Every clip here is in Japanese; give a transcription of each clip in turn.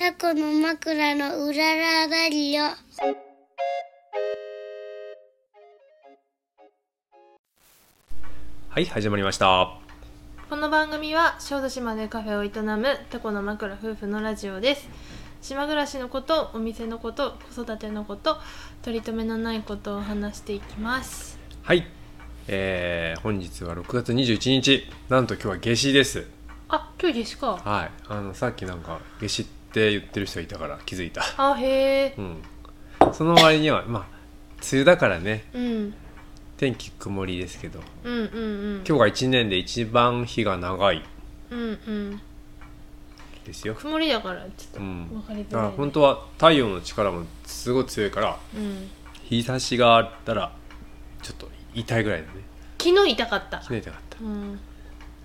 タコの枕のうららだりよ。はい始まりましたこの番組は小豆島でカフェを営むタコの枕夫婦のラジオです島暮らしのことお店のこと子育てのこと取り留めのないことを話していきますはいえー、本日は6月21日なんと今日は夏至ですあ今日夏至かはいあのさっきなんか夏至って言ってる人がいたから気づいたあへえうんその割にはまあ梅雨だからねうん天気曇りですけどうんうんうん今日が1年で一番日が長いうんうんですよ曇りだからちょっとうん分かりづだらからい、ね本当は太陽の力もすごい強いからうん、日差しがあったらちょっと痛いぐらいだね昨日痛かった昨日痛かったうん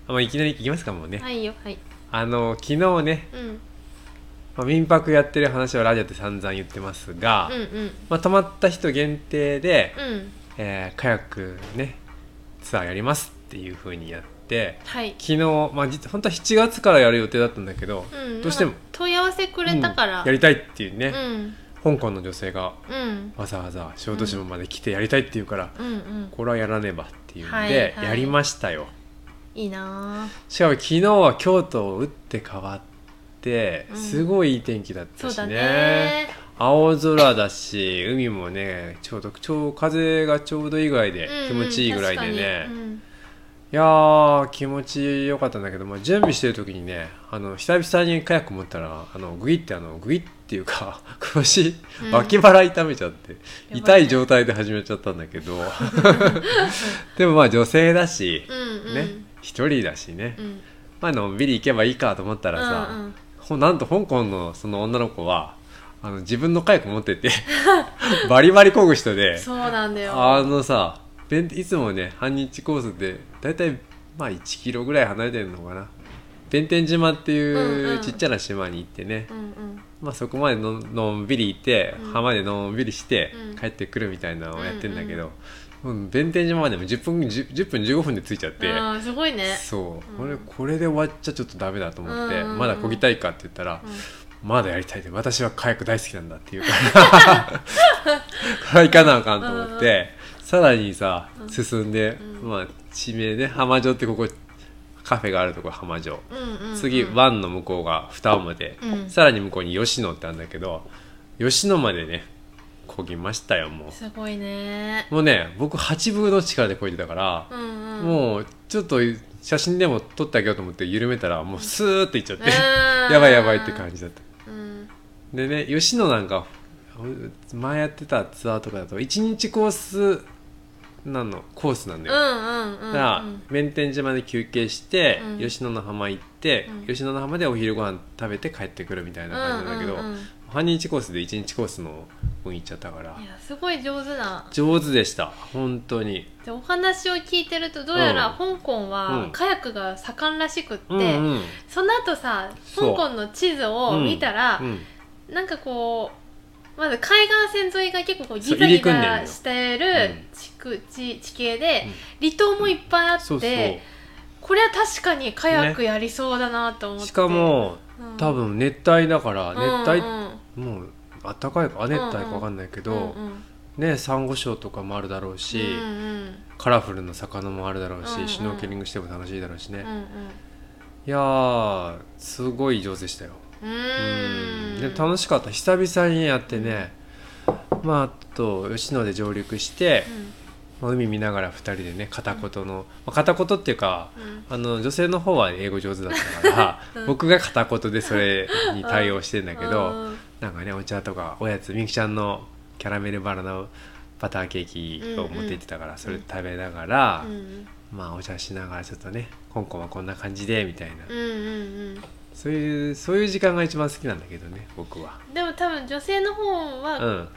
あ、まあ、いきなりいきますかもうね、はいよはいあの昨日ねうんまあ、民泊やってる話はラジオで散々言ってますが、うんうんまあ、泊まった人限定で、うんえーカヤックねツアーやりますっていう風にやってはい昨日、まあ、実本当は7月からやる予定だったんだけど、うんどうしてもなんか問い合わせくれたから、うんやりたいっていううね、ん香港の女性がうんわざわざ小豆島まで来てやりたいっていうから、うんうんこれはやらねばっていうんで、はいはいやりましたよいいなぁしかも昨日は京都を打って変わってうんすごいいい天気だったそうしだねね青空だし海もねちょうどちょう風がちょうどいいぐらいでうんうん気持ちいいぐらいでね、確かにうんいやー気持ちよかったんだけど、まあ、準備してる時にねあの久々にカヤック持ったらあのグイってあのグイっていうか 腰うん脇腹痛めちゃって、ばいね痛い状態で始めちゃったんだけ どでもまあ女性だし、うんうんね一人だしね、うんまあのんびり行けばいいかと思ったらさ、うんうんほなんと香港のその女の子はあの自分のカヤック持ってて バリバリ漕ぐ人でそうなんだよあのさベンいつもね半日コースでだいたいまあ1キロぐらい離れてるのかな弁天島ってうんいううんちっちゃな島に行ってね、うんうんまあ、そこまでののんびり行って、うん浜でのんびりしてうん帰ってくるみたいなのをやってんだけど、うん弁天島までも10分 10, 10分15分で着いちゃって。うんすごいねそう、うん俺これで終わっちゃちょっとダメだと思って、うんうんうんまだこぎたいかって言ったら、まだやりたいって私はカヤック大好きなんだっていう から これはいかなあかんと思って、さらにさうん進んで、うんまあ地名ね浜城ってここカフェがあるとこ浜城、うんうんうん次湾の向こうが二表、うんさらに向こうに吉野ってあるんだけど吉野までねこぎましたよもすごいねうもうね僕八分の力でこいでたから、うんうんうもうちょっと写真でも撮ってあげようと思って緩めたらもうスーっていっちゃって、うんやばいやばいって感じだったうんでね吉野なんか前やってたツアーとかだと1日コースなんのコースなんだうんよ、うんうんだから弁天島で休憩して、うん吉野の浜行って、うん吉野の浜でお昼ご飯食べて帰ってくるみたいな感じなんだけど、うんうん半日コースで1日コースの分行っちゃったからうんいやすごい上手な上手でした本当にでお話を聞いてるとどうやら香港うはんカヤックが盛んらしくって、うんうんその後さ香そう港の地図を見たら、うんなんかこうまず海岸線沿いが結構こうそうギザ入ギり組んでるのザよしてるうん地区地地形でうん、離島もいっぱいあって、そうそうこれは確かにカヤックやりそうだなと思って、しかもうん多分熱帯だから熱帯、うんうんもうあったかいか亜熱帯か分かんないけど、うんうんねサンゴ礁とかもあるだろうし、うんうんカラフルな魚もあるだろうし、うんうんシュノーケリングしても楽しいだろうしね、いうんやーすごい上手でしたよううんで楽しかった久々にやってね、まああと吉野で上陸して、まあ海見ながら2人でね片言の、まあ、片言っていうかうんうんあの女性の方は英語上手だったから うん僕が片言でそれに対応してんだけど、うんなんかねお茶とかおやつみきちゃんのキャラメルバナナバターケーキを持って行ってたから、それ食べながらう、んまあお茶しながらちょっとね香港はこんな感じでみたいな、うんうんそういうそういう時間が一番好きなんだけどね僕はうんでも多分女性の方は、うこん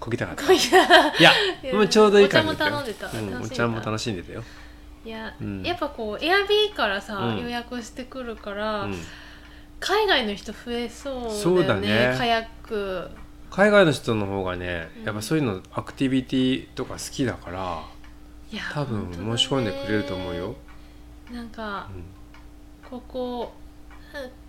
こぎたかったう いやいやいやもうちょうどいい感じお茶も頼んでたうん楽しんでたお茶も楽しんでたよ、いや、うんやっぱこうエアビーからさ、うん予約してくるから、うん、海外の人増えそそううだだよねねカヤック海外の人の方がねうんやっぱそういうのアクティビティとか好きだからいや多分本当だね申し込んでくれると思うよ、なんかうんここ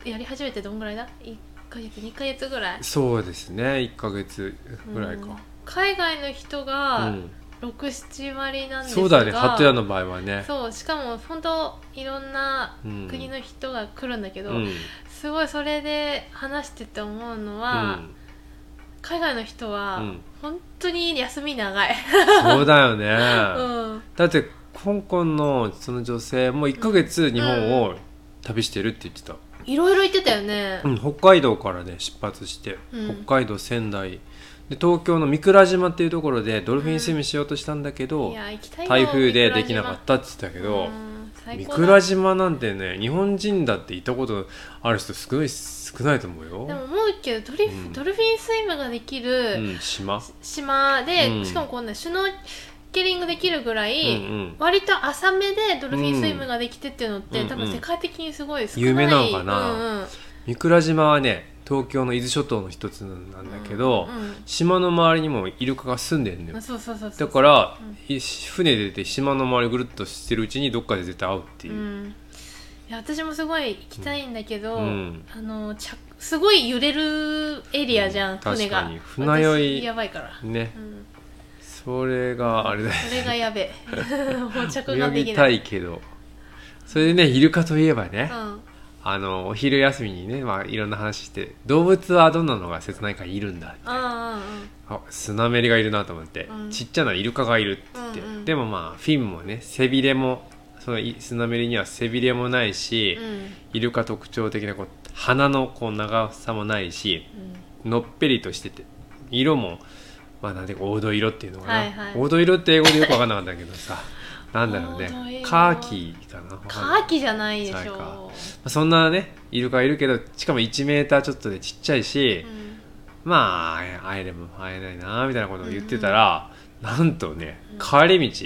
やり始めてどんぐらいだ1ヶ月2ヶ月ぐらいそうですね1ヶ月ぐらいか、ううんん海外の人が67割なんですが、そうだね鳩屋の場合はねそうしかも本当いろんなうん国の人が来るんだけど、うんすごいそれで話してて思うのは、海外の人はうん本当に休み長い、そうだよね、 うん、だって香港のその女性も1ヶ月日本を旅してるって言ってた、いろいろ言ってたよね、うん、北海道からね出発して、うん北海道仙台で東京の三倉島っていうところでドルフィンスイムしようとしたんだけど、いや行きたいよ台風でできなかったって言ってたけけど、最三高だ倉島なんてね日本人だって行ったことある人少ない少ないと思うよでも思うけどドリフ、うんドルフィンスイムができる、うん、島島で、うんしかもこんなシュノーケリングできるぐらい、うんうん割と浅めでドルフィンスイムができてっていうのって、うん多分世界的にすごい少ない有名なのかなうんうん三倉島はね東京の伊豆諸島の一つなんだけど、うん島の周りにもイルカが住んでんのうんよそうそうそうそうだから、うんい船で出て島の周りぐるっとしてるうちにどっかで絶対会うっていうう、んいや私もすごい行きたいんだけど、うんあのちゃすごい揺れるエリアじゃん、うん船が確かに船酔い私やばいから、ねうん、それがあれだよそれがやべえ 放着が泳できぎなたいいけどそれでねイルカといえばね、うんあのお昼休みにね、まあ、いろんな話して動物はどんなのが切ないからいるんだってうんうんうんあスナメリがいるなと思って、うんちっちゃなイルカがいるって言って、うんうんでもまあフィンもね背びれもそのいスナメリには背びれもないし、うんイルカ特徴的なこう鼻のこう長さもないしのっぺりとしてて色もまあなんていうか黄土色っていうのかな、はいはい黄土色って英語でよく分かんなかったけどさ なんだろう黄土ね色カーキーかなわかんカないーキじゃないでそしれかょまあそんなねイルカいるけどしかも1メーターちょっとでちっちゃいし、うんまあ会えれば会えないなみたいなことを言ってたら、なんとね帰り道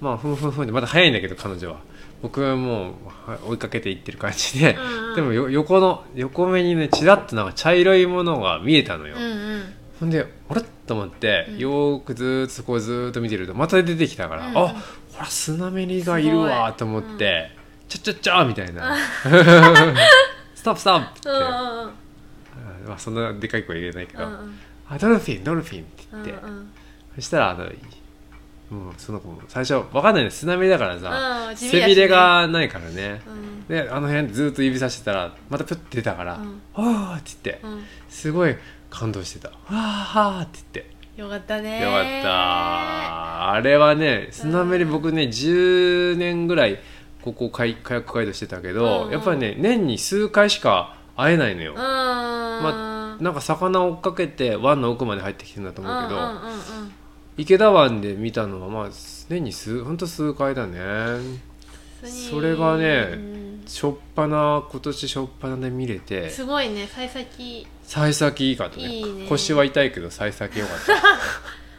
まあふんふんふんでまだ早いんだけど彼女は僕はもうは追いかけていってる感じで、うんうんでもよ横の横目にねちらっとなんか茶色いものが見えたのよ、うんうんほんであれと思って、うんよーくずーっとそこをずーっと見てるとまた出てきたから、うんうんあほらスナメリがいるわーと思って、ちゃちゃちゃーみたいな「 ストップストップ!」って、うんうんあうんーまあ、そんなでかい声は言えないけうど、んうんあドルフィンドルフィンって言って、うんうんそしたらあのもうその子も最初わかんないねスナメリだからさ、うん地味だしね背びれがないからね、うんであの辺ずっと指さしてたらまたプッて出たから「うんああ」って言って、うんすごい感動してた「ああ」って言って。よかったねよかった、あれはねスナメリ僕ね10年ぐらいここ海火薬ガイドしてたけど、うんやっぱりね年に数回しか会えないのよ、うんまなんか魚を追っかけて湾の奥まで入ってきてんだと思うけど、うんうんうんうん池田湾で見たのはまあ年に数ほんと数回だね普通にそれがねうんしょっぱな今年しょっぱなで見れてすごいね幸先幸先いいかったねいいね腰は痛いけど幸先よかっ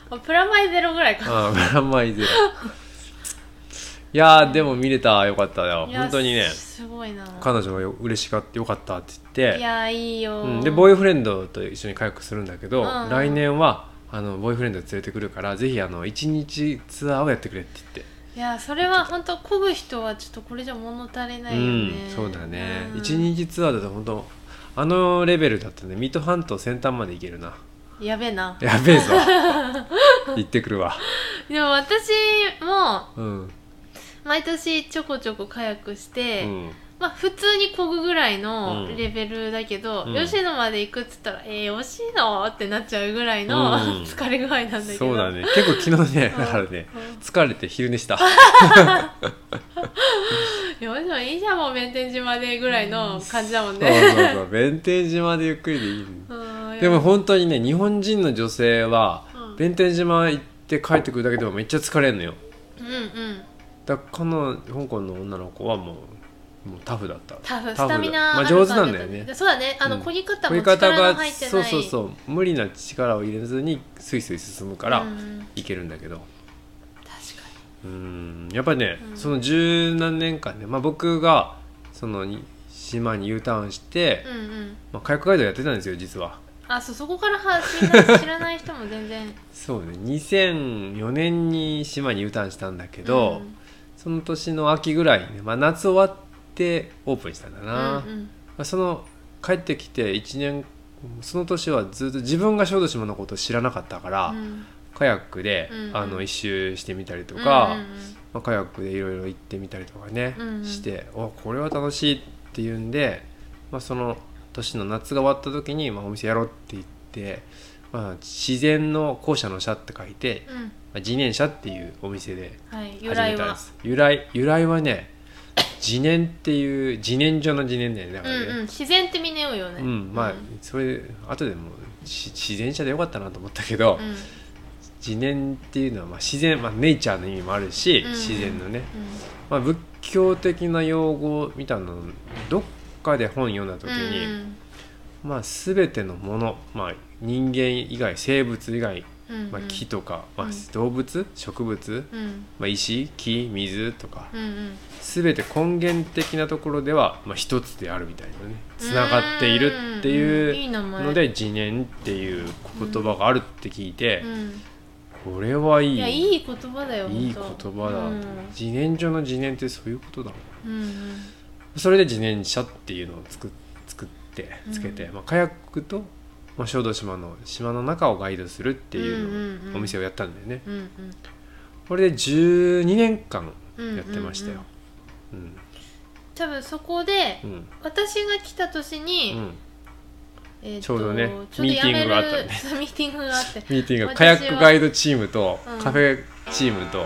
たあプラマイゼロぐらい かああ、ブラマイゼロ。いやー、でも見れた、よかったよ。いや本当にね、すごいな彼女がよ嬉しかった、よかったってい言って、やいいよ、うん、で、ボーイフレンドと一緒に回復するんだけど、うん来年は、あの、ボーイフレンド連れてくるから、ぜひ、あの、一日ツアーをやってくれって言って。いやそれは本当漕ぐ人はちょっとこれじゃ物足りないよね、うん、そうだね。うん一、日ツアーだと、本当あのレベルだったね、ミッド半島先端まで行ける な。やべえなやべえぞ。行ってくるわ。でも私もうん。毎年ちょこちょこカヤックしうて、ん。まあ普通に漕ぐぐらいのうんレベルだけど、うん吉野まで行くっつったら「えー、吉野?」ってなっちゃうぐらいの、うん 疲れ具合なんだけどそうだね。結構昨日ね、うんだからねうん、疲れて昼寝した。吉野いいじゃんもう弁天島でぐらいの感じだもんそうそうね、そう弁天島でゆっくりでいいのうん、でも本当にね日本人の女性はうん弁天島行って帰ってくるだけでもめっちゃ疲れんのようんうんだからこの香港の女の子はもうもうタフだったタフタスフだタミナまあある上手かなんだよねそうだねあのうん漕ぎ方こういもう方力がが入ってない、そうそうそう無理な力を入れずにスイスイ進むからうんいけるんだけど確かにうんやっぱね、うんその十何年間ね、まあ、僕がそのに島に U ターンして、うんうんまあ、火薬ガイドやってたんですよ実はあそうそこから発信だし知らない人も全然そうね2004年に島に U ターンしたんだけ ど、うんその年の秋ぐらいにね、まあ、夏終わってオープンしたんだな、うんうんまあその帰ってきて1年その年はずっと自分が小豆島のことを知らなかったから、うんカヤックで、うんうんあの一周してみたりとか、うんまあ、カヤックでいろいろ行ってみたりとかね、うんうんしておこれは楽しいっていうんで、まあ、その年の夏が終わった時に、まあ、お店やろうって言って、まあ、自然の校舎の社って書いて、うんうんまあ、自念社っていうお店ではい始由めた来んではす由来由来はね自念っていう自念所の自念だよねだうからねんうん自然って見ねようよねうんまあそれ後でもし自然車でよかったなと思ったけど、うんうん自然っていうのはまあ自然、まあ、ネイチャーの意味もあるし、うん自然のね、まあ、仏教的な用語みたいなのどっかで本読んだ時に、うんまあ、全てのもの、まあ、人間以外生物以外、うんまあ、木とか、まうあん、動物植物、うんまあ、石木水とかうんうん全て根源的なところでは、まあ、一つであるみたいなねつながっているっていう。うんいい名前ので「自念」っていう言葉があるって聞いてう、んこれはいいいやいい言葉だよいい言本当葉だ、うん自念所の自念ってそういうことだうんそれで自念者っていうのを作っ作ってつけて、うまあ、カヤックと、まあ、小豆島の島の中をガイドするっていううんうんのうをんお店をやったんだよねうんうんこれで12年間うんうんやってましたようん多分そこでうん私が来た年うにんえーとちょうどねちょうどやめミーティンるグがあったねそうミーティングがあってミーティング私はがカヤックガイドチームとうんカフェチームと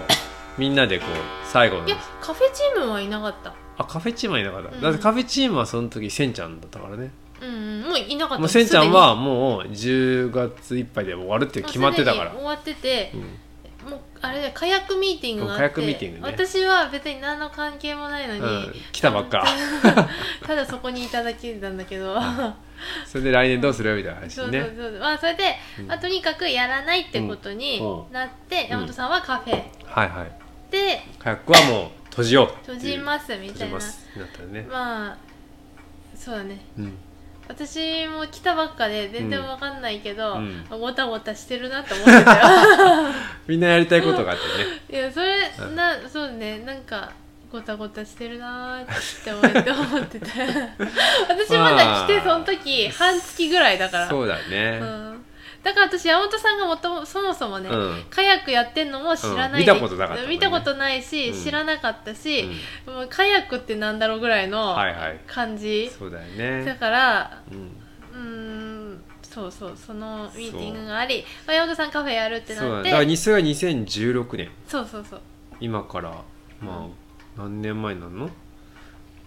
みんなでこう最後のいやカフェチームはいなかったあカフェチームはいなかった、うんだってカフェチームはその時せんちゃんだったからねうんうんもういなかったもうせんちゃんはもう10月いっぱいで終わるってすでに決まってたかもらうすでに終わっててうんもうあれだよカヤックミーティングがあってカヤックミーティングね私は別に何の関係もないのに、うん来たば っかただそこにいただけたんだけどそれで来年どうするみたいな話そうそうねそう、まあ、それで、うんまあ、とにかくやらないってことになって、ん山本さんはカフェはいはいでカヤックはもう閉じよう閉じすますみ閉たいじなますってなったよね、まあそうだねうん私も来たばっかで全然わかんないけど、うんごたごたしてるなと思ってた よみんなやりたいことがあってねいやそれ、うんなそうねなんかごたごたしてるなーって思って思ってて私まだ来てその時半月ぐら いだからそうだねうん、だから私山本さんがもともそもそもね、うん、カヤックやってんのも知らないうん見たことなかったもんね見たことないし、うん知らなかったし、うもうカヤックってなんだろうぐらいのんはいはい感じ、そうだよだねからうんうーんそうそうそのミーティングがありまあ山本さんカフェやるってそうなだっねだからて日数が2016年そうそうそう今からまあ何年前になるの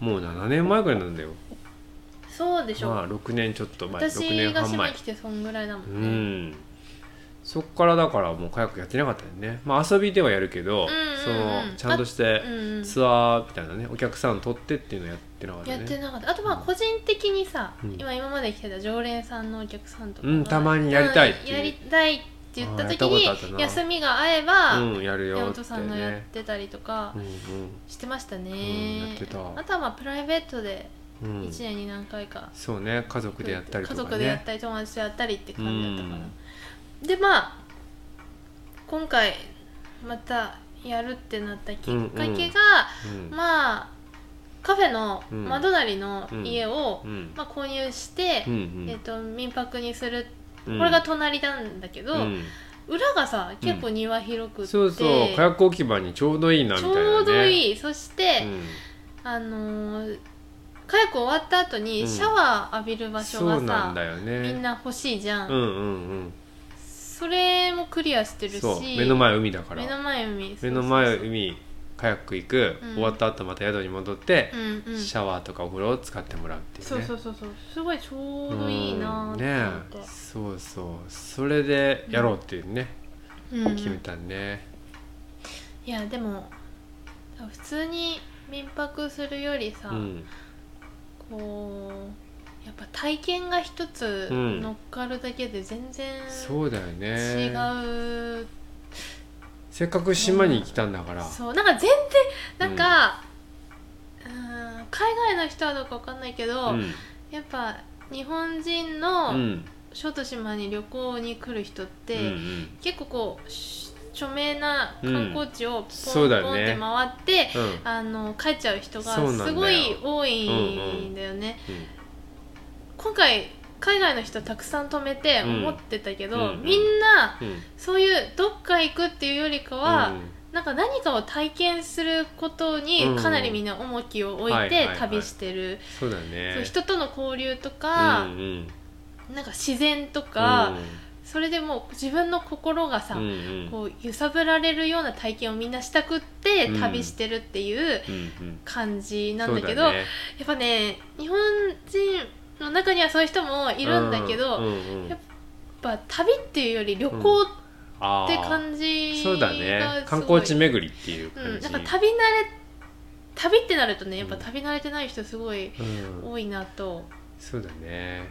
もう7年前ぐらいなんだよそうでしょ、まあ6年ちょっと前6私年が半島前来てそんぐらいだもうんね、んそっからだからもうカヤックやってなかったよねまあ遊びではやるけど、んうんうんそのちゃんとしてうんうんツアーみたいなねお客さんを取ってっていうのやってなかったやよってねなかったあとまあ個人的にさ、うん今今まで来てた常連さんのお客さんとかがうんたまにやりたいっていううんやりたいって言った時あーにやったことあったな休みが合えば、うんやる山よって本さんのやっねてたりとかうんうんしてましたね、うんやってたあとはまあプライベートでうん1年に何回か、そうね家族でやったりと家かね族でやったり友達とやったりって感じだったかな、でまあ今回またやるってなったきっかけが、うんうんまあカフェのうん窓なりの家を、うんまあ、購入して、うんえっと民泊にするうこんれが隣なんだけど、うん裏がさ結構庭広くって、そうそう火薬置き場にちょうどいいなみちたいなねょうどいいいそして、あのー、カヤック終わった後にうんシャワー浴びる場所そがうなんださ、よねみんな欲しいじゃん、うんうんそれもクリアしてうんるしそう目の前海だから目の前海目の前そうそう海カヤック行く、うん終わった後また宿に戻ってそ、ううんうんシャワーとかお風呂を使ってもらうっていうねそうそうそうそうすごいちょうどいいなうんーねってえ思って、そうそうそれでやろうっていうね、うんうん決めたねいやでも普通に民泊するよりさ、うんこうやっぱ体験が一つうん乗っかるだけで全然そうだよ違ねう、せっかく島に来たんだから、そうなんか全然なんか、うーん海外の人はどうかわかんないけど、うんやっぱ日本人うんうのん小豆島に旅行に来る人っうて、ん結構こうし著名な観光地をポンポそうだンよっねて回って、うんあの帰っちゃう人がそうなんだよすごい多いんだよね。今回海外の人たくさん泊めてうん思ってたけど、うんうんみんなうんそういうどっか行くっていうよりかは、なんか何かを体験することにかなりみんな重きを置うんはいいはいてはい旅してる、そうだねそう人との交流とがか、うんなんか自然とうかん、それでもう自分の心がさ、うんうんこう揺さぶられるような体験をみんなしたくってうん旅してるっていううんうん感じなんだけど、そうねやっぱね日本人の中にはそういう人もいるんだけど、うやっんうんうんやっぱ旅っていうより旅行っあてー感じがすそごい、うだね観光地巡りっていうう感ん、じ、なんか旅慣れ旅ってなるとねやっぱうん旅慣れてない人すごいうん多いなと、そうだね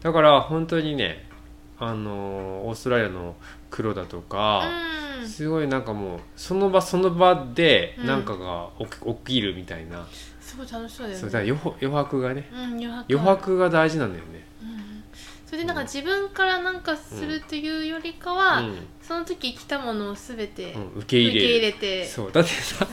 だから本当にねあのオーストラリアの黒だとうんか、すごいなんかもうその場その場でうんなんかが起き,、起きるみたいな、すごい楽しそうだよそうねだから余白余白がねうん、余白余白が大事なんだよね、うんそれでなんか自分からなんかするというよりかは、その時来たものを全てうんうん、受け受入れるけ入れて、うんそうだってさ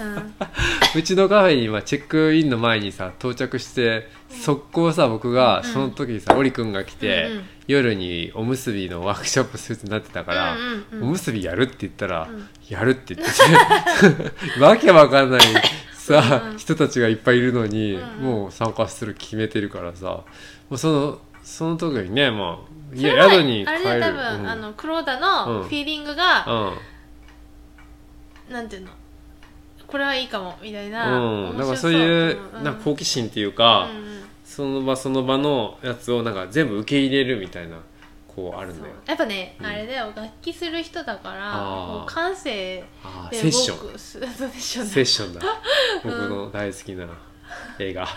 うちのカフェに今チェックインの前にさ到着してうん速攻さ僕がうんその時にさ織くんが来て、うんうん夜におむすびのワークショップするってなってたから、うんうんうんおむすびやるって言ったら、うんやるって言ってて わけわかんないさ、うん人たちがいっぱいいるのに、うんもう参加する決めてるからさもうそのその時にねまあいそれやは宿に帰あるれだよ多分、うんあの黒田のうんフィーリングが、うんなんていうのこれはいいかもみたいな、うん、なん面白かそういう、んなんか好奇心っていうか、うんうんその場その場のやつをなんか全部受け入れるみたいなこうあるんそだうよやっぱね、うんあれだよ楽器する人だからあーこう感性あーでセッションンそうセッションセッション だ僕の大好きな映画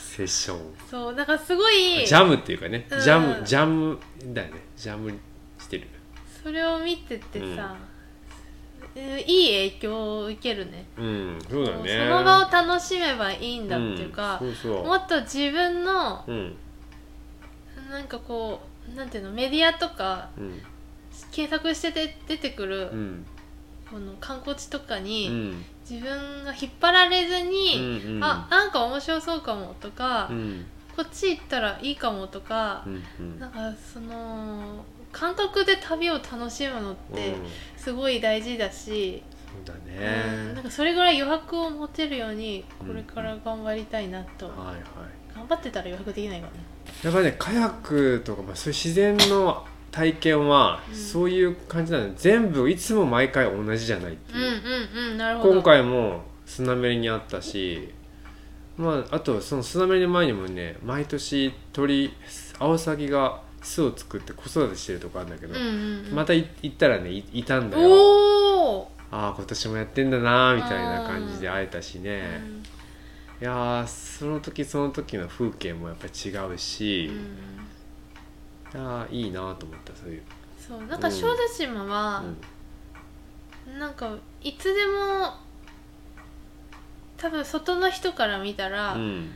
セッションそうなんかすごいジャムっていうかねジャム、うんジャムだよねジャムしてるそれを見ててさ、えーいい影響を受けるねうんそうだこうねその場を楽しめばいいんだっていうか、うん、そうもそっと自分のううんなんかこうなんていうのメディアとかうん検索してて出てくる、うんこの観光地とかうに、ん自分が引っ張られずうに、んあなんか面白そうかもとか、うんこっち行ったらいいかもとかう、んうんなんかその感覚で旅を楽しむのっうんてすごい大事だし、そうだうん、なねんかそれぐらい余白を持てるようにこれから頑張りたいなと、はいはい頑張ってたら余白できないからねやっぱりねカヤックとか、まあ、そういう自然の体験は、うんそういう感じなの全部いつも毎回同じじゃないってういう、んうんうんなるほど今回もスナメリにあったしまああとそのスナメリの前にもね毎年鳥アオサギが巣を作って子育てしてるとこあるんだけど、うんうんうんまたい行ったらねいいたんだよおお、ああ今年もやってんだなーみたいな感じで会えたしね、うんいやーその時その時の風景もやっぱ違うし、うんああいいなと思ったそういう、そうなんか小豆島は、うんなんかいつでも多分外の人から見たら、うん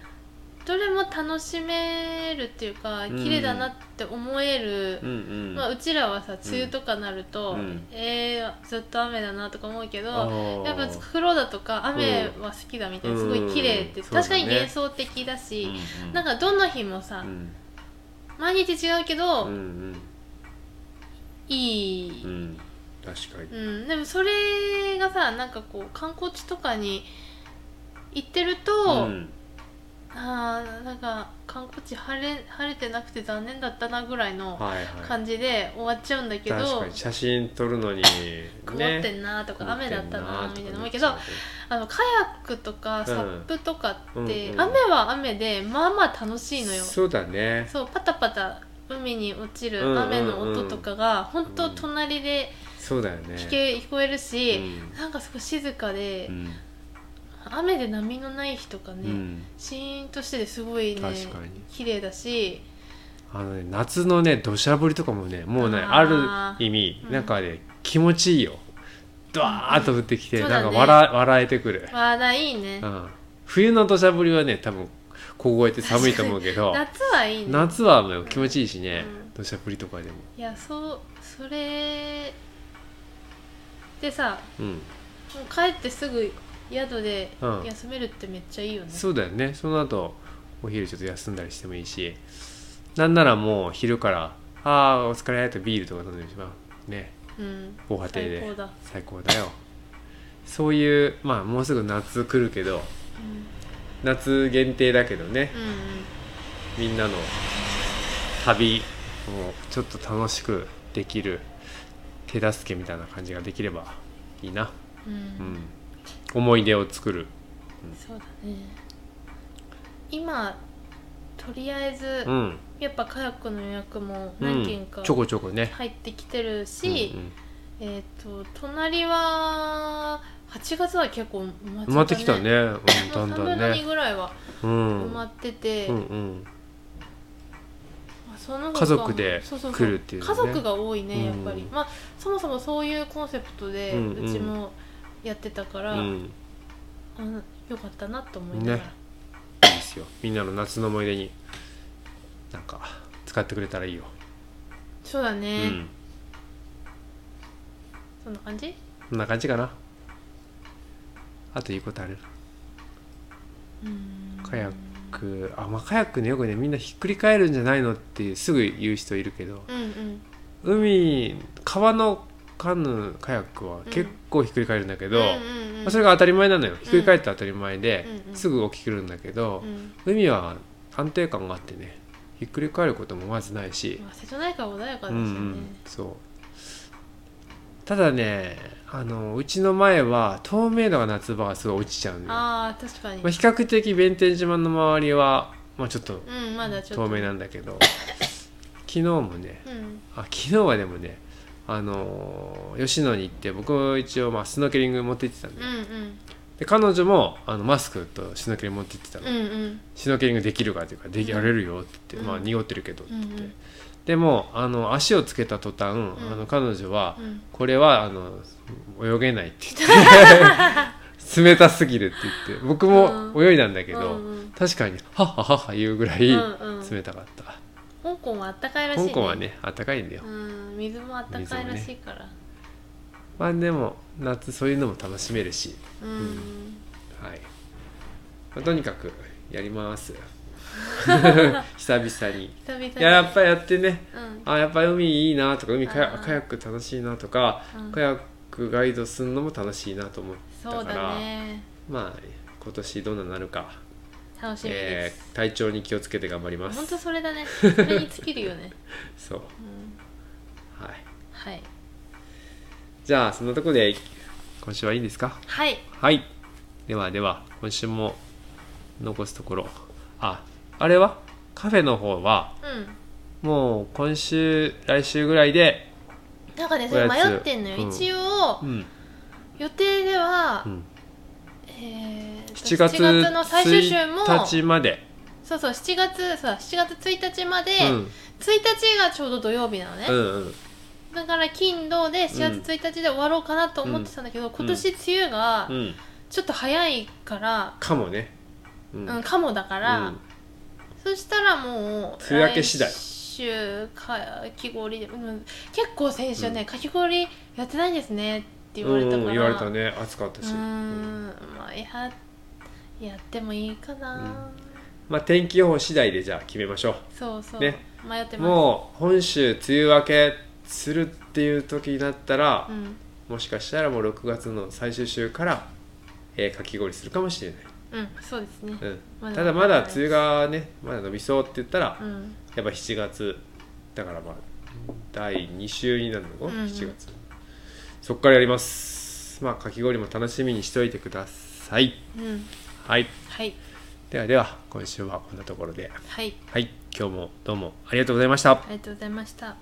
どれも楽しめるっていうかうん綺麗だなって思える、うんううんまあ、うちらはさ梅雨とかなると、うんえー、ずっと雨だなとか思うけど、ああやっぱ黒だとか雨は好きだみたいな、うんすごい綺麗って、うん確かにそうだね幻想的だうし、んうんなんかどの日もさ、うん毎日違うけど、うんうんいい、ううんん確かにでもそれがさなんかこう観光地とかに行ってると、うんあーなんか観光地晴れ晴れてなくて残念だったなぐらいのはいはい感じで終わっちゃうんだけど、確かに写真撮るのに曇っねてんなとか、雨だった曇なみたいなとか思ねうけどあのカヤックとかサップとかって、うんうんうん雨は雨でまあまあ楽しいのよそうそうだねパタパタ海に落ちうんうんるうん雨の音とかが、本当隣でそうだよね聞け、聞こえるし、うんなんかすごい静かで、うん雨で波のない日とかうね、んシーンとしてですごいね確かに綺麗だしあのね夏のね土砂降りとかもねもうねあーある意味うんなんかね気持ちいいよドワーッと降ってきてそうなだんかね笑笑えてくるわあいいねうん冬の土砂降りはね多分凍えて寒いと思うけど夏はいいね夏はもう気持ちいいしね、うん土砂降りとかでもいやそうそれでさうんもう帰ってすぐ宿でうん休めるってめっちゃいいよね、そうだよねその後お昼ちょっと休んだりしてもいいしなんならもう昼から「ああお疲れ」とビールとか飲んでしまうねうん防波堤で最高だ最高だよそういうまあもうすぐ夏来るけど夏限定だけどねうん、うんみんなの旅をちょっと楽しくできる手助けみたいな感じができればいいな、うんううんん、思い出を作るそうだね今とりあえず、うん、やっぱカヤックの予約もう何件んか、ちょこちょこね、入ってきてるうんし、えっ、と隣は8月は結構埋まっうん、埋まってきたね、うん、だもうん3だ分んの2ね、ぐらいはうん、埋まってて、うんうん、まあその他家族でそうそうそう来るっていうのね家族が多いねやっぱり、うんまあそもそもそういうコンセプトでうんうんうちもやってたから、うん、いいあのよかったなと思いながら、ねですよみんなの夏の思い出になんか使ってくれたらいいよ、そうだね、うんそんな感じこんな感じかなあといいことあるうんカヤックあまあカヤックねよくねみんなひっくり返るんじゃないのってすぐ言う人いるけどうんうん海川のカヌーカヤックは結構ひっくり返るんだけど、うんうんうんまあ、それが当たり前なのよひっくり返って当たり前でうんうんすぐ起きるんだけどう、ん海は安定感があってねひっくり返ることもまずないし、まあ、瀬戸内海は穏やかですうんようね、ん、そうただねあのうちの前は透明度が夏場はすごい落ちちゃうのよああ確かに、まあ、比較的弁天島の周りは、まあ、ちょっとうんまだちょっと透明なんだけど昨日もねうんあ昨日はでもねあのー吉野に行って僕も一応まあスノーケリング持って行ってたんうで,、んで彼女もあのマスクとシュノーケリング持って行ってたの、うんうんうんシュノーケリングできるかというかできられるよって言って、まあうん濁ってるけどって言って、うんうんでもあの足をつけた途端、あの彼女は、これはあの泳げないって言って 冷たすぎるって言って僕も泳いだんだけど、うんうん確かにはっはっはっは言うぐらいうんうん冷たかった、香港はあったかいらしい、ね、香港はね暖かいんだよ、うん水もあったかいらしいから、まあでも夏そういうのも楽しめるしうんはい、まあとにかくやります 久々に久々にいややっぱやってねうんあやっぱ海いいなとか海カヤあーカヤック楽しいなとか、うんカヤックガイドするのも楽しいなと思ったそうからだねまあ今年どんなになるか、楽しみでえす、ー体調に気をつけて頑張りま本当すそれだねそれに尽きるよね、そううん、はいはいじゃあそんなとこで今週はいいんですかはいはいではでは今週も残すところああれはカフェの方はうんもう今週来週ぐらいでなんかねそれおやつ迷ってんのよ、うん一応うん、予定では、うん、えーと7月7月の最終週も1日まで、そうそう7月そう7月1日まで、うん1日がちょうど土曜日なのね、うんうんだから金土で4月1日で終わろうかなと思ってたんだけど、今年梅雨がうんちょっと早いから、かもねうんうんかもだから、うんそしたらもう梅雨明け次第来週かき氷で、うん、結構先週ね、かき氷やってないですねって言われたから、うん言われたね暑かったうし、ーうんんまあややってもいいかな、まあ天気予報次第でじゃあ決めましょそうそう、ね迷ってうまもう本州梅雨明けするっていう時になったら、すうんもしかしたらもう6月の最終週から、えーかき氷するかもしれない、うんそうですねうんまだただまだ梅雨がねまだ伸びそうって言ったら、うやっんぱ7月だからまあ第2週になるのか、うんうん7月そっからやりますまあかき氷も楽しみにしておいてくださいうんはいはいではでは今週はこんなところではいはい今日もどうもありがとうございましたありがとうございました